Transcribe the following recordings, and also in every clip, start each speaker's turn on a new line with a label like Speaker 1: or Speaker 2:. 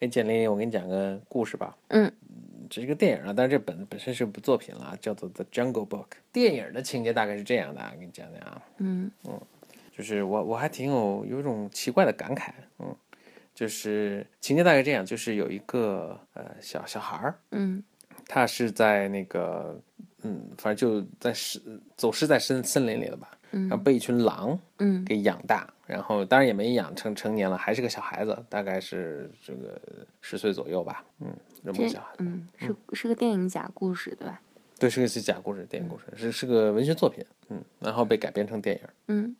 Speaker 1: 哎，简历，我给你讲个故事吧。
Speaker 2: 嗯，
Speaker 1: 这是个电影啊，但是这本本身是部作品了，叫做《The Jungle Book》。电影的情节大概是这样的，啊，我给你讲讲啊，
Speaker 2: 嗯
Speaker 1: 就是我我还挺有有一种奇怪的感慨，嗯，就是情节大概这样，就是有一个呃小小孩儿，
Speaker 2: 嗯
Speaker 1: 他是在那个嗯，反正就在是走失在森森林里了吧，然后被一群狼
Speaker 2: 嗯
Speaker 1: 给养大，然后当然也没养成成年了，还是个小孩子，大概是这个十岁左右吧，嗯，这么个小孩子，
Speaker 2: 嗯，是是个电影假故事对吧？
Speaker 1: 对，是个是假故事，电影故事，是是个文学作品，嗯，然后被改编成电影。
Speaker 2: 嗯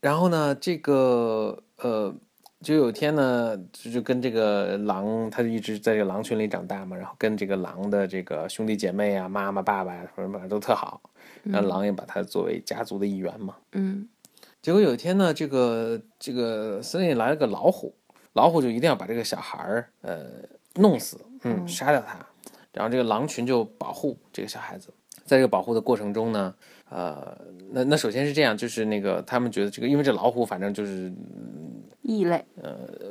Speaker 1: 然后呢，这个呃，就有一天呢，就就跟这个狼，他就一直在这个狼群里长大嘛，然后跟这个狼的这个兄弟姐妹啊、妈妈、爸爸呀什么的都特好，然后狼也把他作为家族的一员嘛。
Speaker 2: 嗯
Speaker 1: 结果有一天呢，这个这个森林里来了个老虎，老虎就一定要把这个小孩儿呃弄死，嗯，杀掉他。然后这个狼群就保护这个小孩子，在这个保护的过程中呢，呃，那那首先是这样，就是那个他们觉得这个，因为这老虎反正就是
Speaker 2: 异类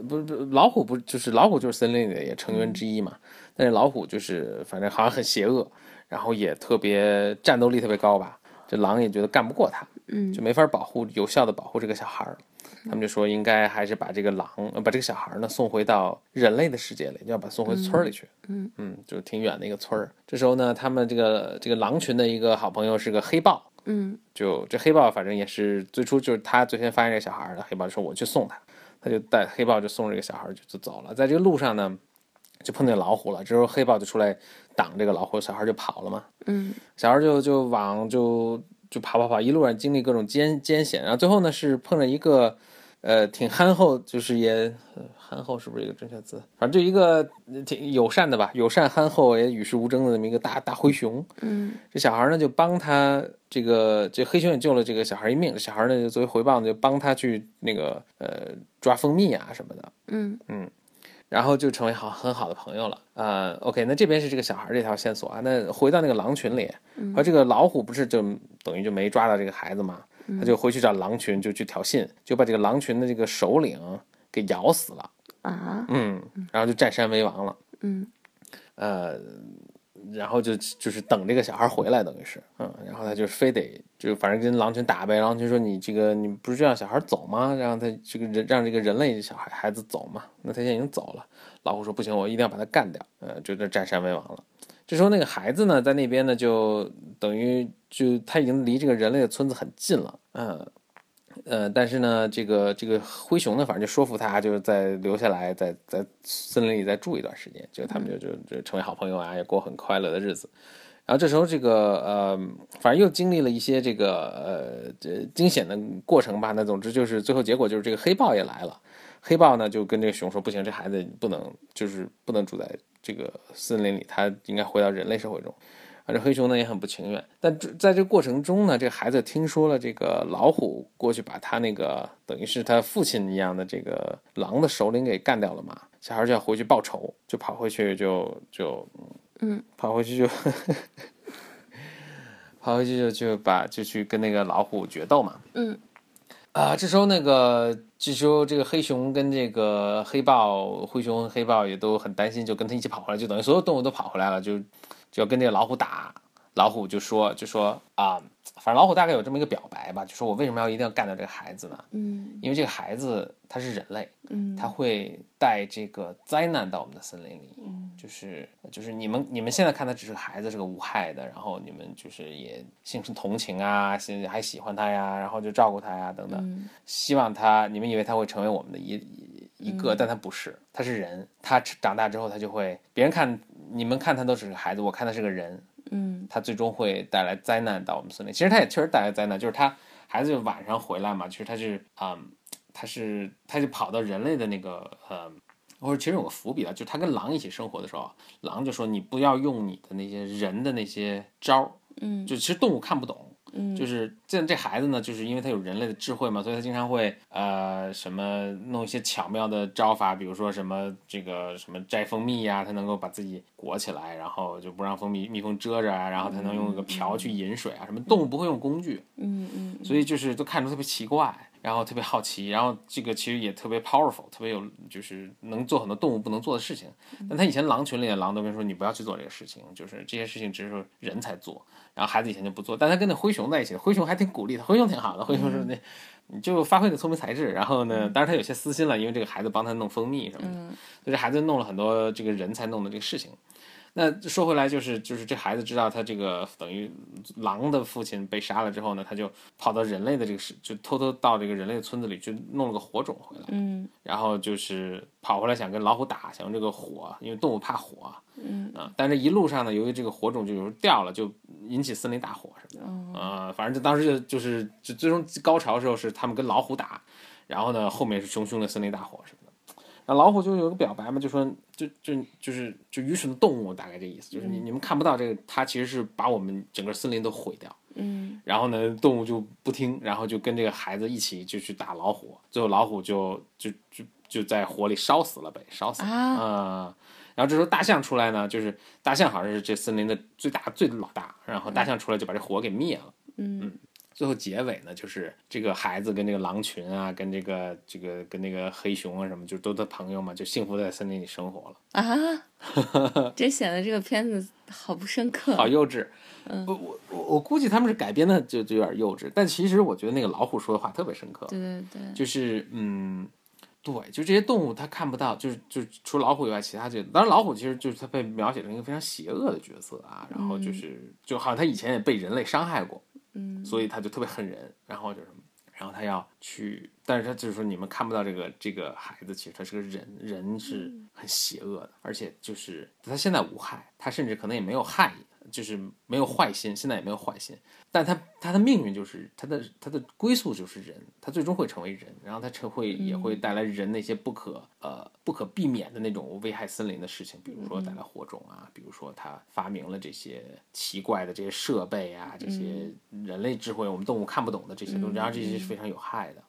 Speaker 1: 不不，老虎不就是老虎就是森林里的也成员之一嘛。但是老虎就是反正好像很邪恶，然后也特别战斗力特别高吧。这狼也觉得干不过他，
Speaker 2: 嗯
Speaker 1: 就没法保护有效的保护这个小孩儿。他们就说应该还是把这个狼，呃、把这个小孩儿呢送回到人类的世界里，要把送回村儿里去。
Speaker 2: 嗯
Speaker 1: 嗯，就挺远的一个村儿。这时候呢，他们这个这个狼群的一个好朋友是个黑豹，
Speaker 2: 嗯
Speaker 1: 就这黑豹反正也是最初就是他最先发现这个小孩儿的，黑豹就说我去送他，他就带黑豹就送这个小孩儿就就走了，在这个路上呢，就碰见老虎了，这时候黑豹就出来挡这个老虎，小孩儿就跑了嘛，
Speaker 2: 嗯
Speaker 1: 小孩儿就就往就就跑跑跑，一路上经历各种艰艰险，然后最后呢是碰上一个，呃，挺憨厚，就是也、呃憨厚是不是一个正确词？反正就一个呃挺友善的吧，友善憨厚也与世无争的这么一个大大灰熊。
Speaker 2: 嗯，
Speaker 1: 这小孩儿呢就帮他这个这黑熊也救了这个小孩儿一命，这小孩儿呢就作为回报呢就帮他去那个呃抓蜂蜜啊什么的。
Speaker 2: 嗯
Speaker 1: 然后就成为好很好的朋友了。呃，OK，那这边是这个小孩儿这条线索啊。那回到那个狼群里，和这个老虎不是就等于就没抓到这个孩子嘛？他就回去找狼群，就去挑衅，就把这个狼群的这个首领给咬死了。
Speaker 2: 啊
Speaker 1: 嗯，然后就占山为王了。
Speaker 2: 嗯
Speaker 1: 呃，然后就就是等这个小孩回来，等于是，嗯，然后他就非得就反正跟狼群打呗，狼群说你这个你不是就让小孩走吗？让他这个人让这个人类小孩孩子走嘛？那他现在已经走了，老虎说不行，我一定要把他干掉，呃，就这占山为王了。这时候那个孩子呢，在那边呢，就等于就他已经离这个人类的村子很近了，嗯。呃，但是呢，这个这个灰熊呢，反正就说服他，就是再留下来，在在森林里再住一段时间，就他们就就就成为好朋友啊，也过很快乐的日子。然后这时候这个呃，反正又经历了一些这个呃这惊险的过程吧。那总之就是最后结果就是这个黑豹也来了，黑豹呢就跟这个熊说不行，这孩子不能就是不能住在这个森林里，他应该回到人类社会中。反啊正黑熊呢也很不情愿，但这在这过程中呢，这个孩子听说了这个老虎过去把他那个等于是他父亲一样的这个狼的首领给干掉了嘛，小孩就要回去报仇，就跑回去就就
Speaker 2: 嗯
Speaker 1: 跑回去就 跑回去就就把就去跟那个老虎决斗嘛，
Speaker 2: 嗯
Speaker 1: 啊、这时候那个，这时候这个黑熊跟这个黑豹、灰熊、和黑豹也都很担心，就跟他一起跑回来，就等于所有动物都跑回来了，就就要跟这个老虎打。老虎就说就说啊、反正老虎大概有这么一个表白吧，就说我为什么要一定要干掉这个孩子呢？
Speaker 2: 嗯
Speaker 1: 因为这个孩子他是人类，
Speaker 2: 嗯
Speaker 1: 他会带这个灾难到我们的森林里，就是就是你们你们现在看他只是个孩子，是个无害的，然后你们就是也心生同情啊，心还喜欢他呀，然后就照顾他呀
Speaker 2: 嗯
Speaker 1: 等等，希望他你们以为他会成为我们的一一一个，但他不是，他是人，他长大之后他就会别人看你们看他都只是个孩子，我看他是个人，
Speaker 2: 嗯
Speaker 1: 它最终会带来灾难到我们村里。其实它也确实带来灾难，就是它孩子就晚上回来嘛，其实它是嗯，它是它就跑到人类的那个嗯，或者其实有个伏笔啊，就是它跟狼一起生活的时候，狼就说你不要用你的那些人的那些招儿，
Speaker 2: 嗯
Speaker 1: 就其实动物看不懂。
Speaker 2: 嗯
Speaker 1: 就是这这孩子呢，就是因为他有人类的智慧嘛，所以他经常会呃什么弄一些巧妙的招法，比如说什么这个什么摘蜂蜜呀、他能够把自己裹起来，然后就不让蜂蜜蜜蜂蛰着啊，然后他能用一个瓢去饮水啊，什么动物不会用工具，
Speaker 2: 嗯嗯
Speaker 1: 所以就是都看着特别奇怪。然后特别好奇，然后这个其实也特别 powerful，特别有就是能做很多动物不能做的事情。但他以前狼群里的狼都跟说你不要去做这个事情，就是这些事情只有人才做，然后孩子以前就不做。但他跟那灰熊在一起，灰熊还挺鼓励他，灰熊挺好的，灰熊说那你就发挥你的聪明才智。然后呢，当然他有些私心了，因为这个孩子帮他弄蜂蜜什么的，
Speaker 2: 嗯
Speaker 1: 所以这孩子弄了很多这个人才弄的这个事情。那说回来，就是就是这孩子知道他这个等于狼的父亲被杀了之后呢，他就跑到人类的这个世，就偷偷到这个人类的村子里去弄了个火种回来，
Speaker 3: 嗯
Speaker 1: 然后就是跑回来想跟老虎打，想用这个火，因为动物怕火，嗯啊，但是一路上呢，由于这个火种就有时候掉了，就引起森林大火什么的，啊、反正就当时就就是就最终高潮的时候是他们跟老虎打，然后呢后面是熊熊的森林大火什么的。那老虎就有一个表白嘛，就说就就就是就愚蠢的动物，大概这意思，就是你你们看不到这个，它其实是把我们整个森林都毁掉。
Speaker 3: 嗯
Speaker 1: 然后呢，动物就不听，然后就跟这个孩子一起就去打老虎，最后老虎就就就就在火里烧死了呗，烧死了
Speaker 3: 啊
Speaker 1: 嗯然后这时候大象出来呢，就是大象好像是这森林的最大最老大，然后大象出来就把这火给灭了。
Speaker 3: 嗯
Speaker 1: 最后结尾呢，就是这个孩子跟这个狼群啊，跟这个这个跟那个黑熊啊什么，就都他朋友嘛，就幸福地在森林里生活了。
Speaker 3: 啊，这显得这个片子好不深刻。
Speaker 1: 好幼稚。
Speaker 3: 嗯
Speaker 1: 我我我我估计他们是改编的就就有点幼稚，但其实我觉得那个老虎说的话特别深刻。
Speaker 3: 对对对，
Speaker 1: 就是嗯，对，就这些动物它看不到，就是就是除老虎以外，其他这当然老虎其实就是它被描写成一个非常邪恶的角色啊，然后就是、就好像它以前也被人类伤害过，
Speaker 3: 嗯
Speaker 1: 所以它就特别恨人，然后就是。然后它要去，但是它就是说你们看不到这个这个孩子，其实他是个人，人是很邪恶的，而且就是他现在无害，他甚至可能也没有害，就是没有坏心，现在也没有坏心，但他他的命运就是他的他的归宿就是人，他最终会成为人，然后他成会也会带来人那些不可呃不可避免的那种危害森林的事情，比如说带来火种啊，比如说他发明了这些奇怪的这些设备啊，这些人类智慧我们动物看不懂的这些东西，然后这些是非常有害的。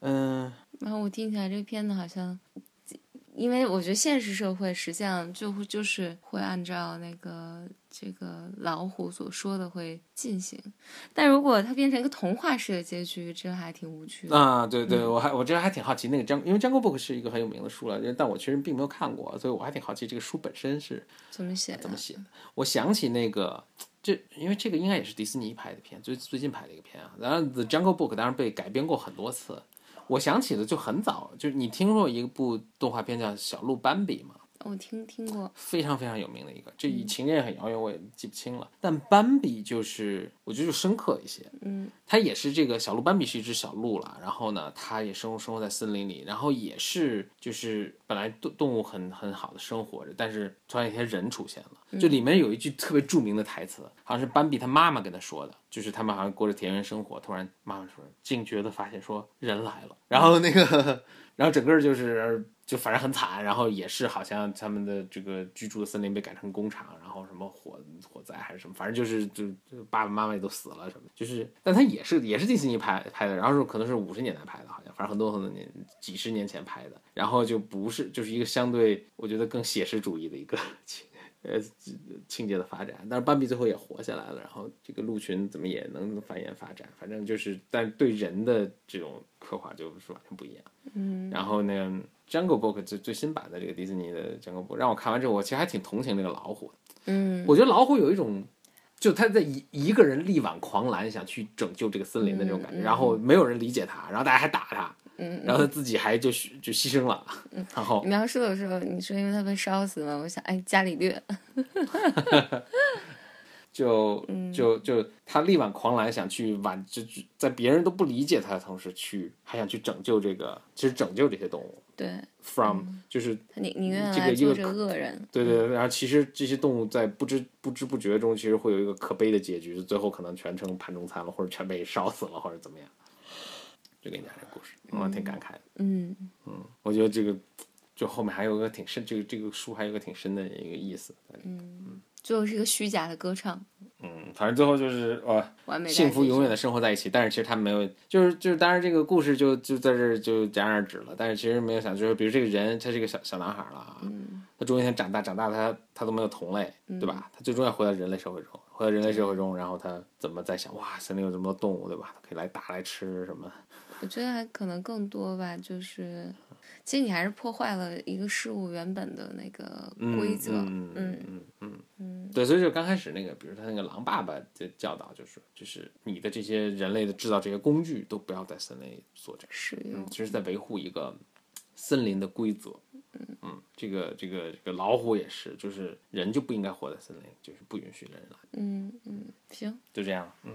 Speaker 1: 嗯，
Speaker 3: 然后我听起来这个片子好像，因为我觉得现实社会实际上就会就是会按照那个这个老虎所说的会进行，但如果它变成一个童话式的结局，这还挺无趣的。
Speaker 1: 啊，对对，我还我这还挺好奇那个张，因为《张 u Book》是一个很有名的书了，但我其实并没有看过，所以我还挺好奇这个书本身是
Speaker 3: 怎么写的？
Speaker 1: 怎么写的。我想起那个，这因为这个应该也是迪士尼拍的片，最最近拍的一个片啊。然后《The Jungle Book》当然被改编过很多次。我想起的就很早，就是你听说一部动画片叫《小鹿斑比》吗？
Speaker 3: 我听听过，
Speaker 1: 非常非常有名的一个，这情节也很遥远，我也记不清了。但斑比就是我觉得就深刻一些，
Speaker 3: 嗯，
Speaker 1: 它也是这个小鹿斑比是一只小鹿了，然后呢，它也生生活在森林里，然后也是就是本来动动物很很好的生活着，但是突然有一天人出现了，就里面有一句特别著名的台词，好像是斑比他妈妈跟他说的，就是他们好像过着田园生活，突然妈妈说惊觉的发现说人来了，然后那个然后整个就是就反正很惨，然后也是好像他们的这个居住的森林被改成工厂，然后什么火火灾还是什么，反正就是就就爸爸妈妈也都死了什么，就是但他也是也是迪士尼拍拍的，然后是可能是五十年代拍的，好像反正很多很多年几十年前拍的，然后就不是就是一个相对我觉得更写实主义的一个 情呃情节的发展，但是斑比最后也活下来了，然后这个鹿群怎么也能繁衍发展，反正就是但对人的这种刻画就是完全不一样。然后呢，《Jungle Book》最最新版的这个迪士尼的《Jungle Book》，让我看完之后，我其实还挺同情这个老虎的。
Speaker 3: 嗯，
Speaker 1: 我觉得老虎有一种，就他在一一个人力挽狂澜，想去拯救这个森林的这种感觉，然后没有人理解他，然后大家还打他，
Speaker 3: 嗯
Speaker 1: 然后他自己还就就牺牲了，然后
Speaker 3: 你描述的时候，你说因为它被烧死嘛，我想，哎，伽利略，
Speaker 1: 就
Speaker 3: 嗯
Speaker 1: 就就他力挽狂澜，想去挽，就就在别人都不理解他的同时去，还想去拯救这个，其实拯救这些动物
Speaker 3: 对，
Speaker 1: from
Speaker 3: 嗯
Speaker 1: 就是
Speaker 3: 他宁宁愿
Speaker 1: 嗯这个
Speaker 3: 来
Speaker 1: 一
Speaker 3: 做
Speaker 1: 个
Speaker 3: 这个恶人，
Speaker 1: 对对，对，然后其实这些动物在不知不知不觉中，其实会有一个可悲的结局，最后可能全成盘中餐了，或者全被烧死了，或者怎么样。就给你讲这个故事，我挺感慨的。
Speaker 3: 嗯。
Speaker 1: 我觉得这个就后面还有一个挺深，这个这个书还有一个挺深的一个意思。
Speaker 3: 最后是一个虚假的歌唱，
Speaker 1: 嗯，反正最后就是呃，
Speaker 3: 完美的
Speaker 1: 幸福
Speaker 3: 爱情
Speaker 1: 永远的生活在一起。但是其实他们没有，就是就是，当然这个故事就就在这儿就戛然而止了。但是其实没有想，就是比如这个人，他是个小小男孩了啊，他终有一天长大，长大他他都没有同类，对吧？他最终要回到人类社会中，回到人类社会中，然后他怎么在想，哇，森林有这么多动物，对吧？他可以来打来吃什么？
Speaker 3: 我觉得还可能更多吧，就是其实你还是破坏了一个事物原本的那个规则。
Speaker 1: 嗯
Speaker 3: 嗯
Speaker 1: 嗯嗯
Speaker 3: 嗯
Speaker 1: 对，所以就刚开始那个，比如他那个狼爸爸的教导就是，就是你的这些人类的制造这些工具都不要在森林里做这个，
Speaker 3: 使用
Speaker 1: 嗯，其实在维护一个森林的规则。嗯，这个这个这个老虎也是，就是人就不应该活在森林，就是不允许人来，
Speaker 3: 嗯嗯，行，
Speaker 1: 就这样。嗯，